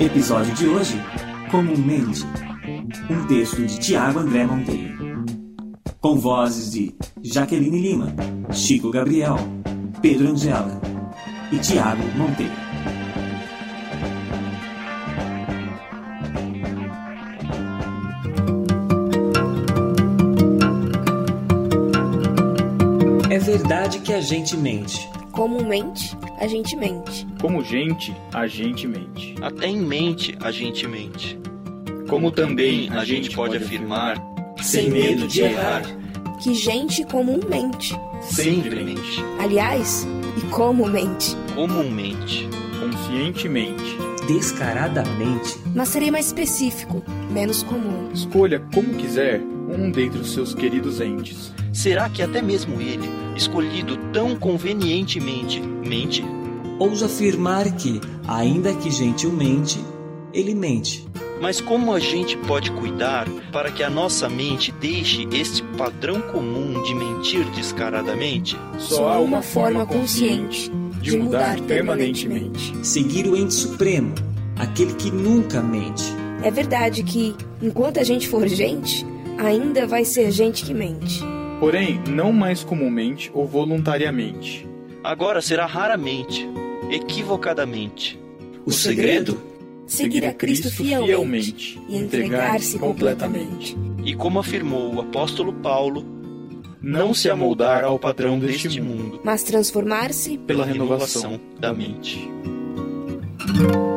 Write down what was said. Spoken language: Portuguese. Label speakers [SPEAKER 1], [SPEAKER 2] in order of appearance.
[SPEAKER 1] Episódio de hoje: Comumente. Um texto de Tiago André Monteiro. Com vozes de Jaqueline Lima, Chico Gabriel, Pedro Angela e Tiago Monteiro. É verdade que a gente mente.
[SPEAKER 2] Comumente, a gente mente.
[SPEAKER 3] Como gente, a gente mente.
[SPEAKER 4] Até em mente a gente mente.
[SPEAKER 3] Como
[SPEAKER 4] Também a gente pode afirmar,
[SPEAKER 1] Sem medo de errar,
[SPEAKER 2] Que gente comum mente.
[SPEAKER 4] sempre mente, um
[SPEAKER 2] Aliás, e como mente.
[SPEAKER 4] comumente,
[SPEAKER 3] conscientemente.
[SPEAKER 1] descaradamente,
[SPEAKER 2] Mas serei mais específico, menos comum.
[SPEAKER 3] Escolha como quiser um dentre os seus queridos entes.
[SPEAKER 4] será que até mesmo ele, escolhido tão convenientemente, mente?
[SPEAKER 1] ouso afirmar que, ainda que gentilmente, ele mente.
[SPEAKER 4] Mas como a gente pode cuidar para que a nossa mente deixe este padrão comum de mentir descaradamente?
[SPEAKER 3] Só há uma forma consciente de mudar permanentemente.
[SPEAKER 1] Seguir o ente supremo, aquele que nunca mente.
[SPEAKER 2] É verdade que, enquanto a gente for gente, ainda vai ser gente que mente.
[SPEAKER 3] Porém, não mais comumente ou voluntariamente.
[SPEAKER 4] Agora será raramente, equivocadamente.
[SPEAKER 1] O segredo?
[SPEAKER 2] Seguir a Cristo fielmente e entregar-se completamente.
[SPEAKER 4] E como afirmou o apóstolo Paulo,
[SPEAKER 3] Não se amoldar ao padrão deste mundo
[SPEAKER 2] Mas transformar-se
[SPEAKER 3] pela renovação
[SPEAKER 4] da mente.
[SPEAKER 3] da mente.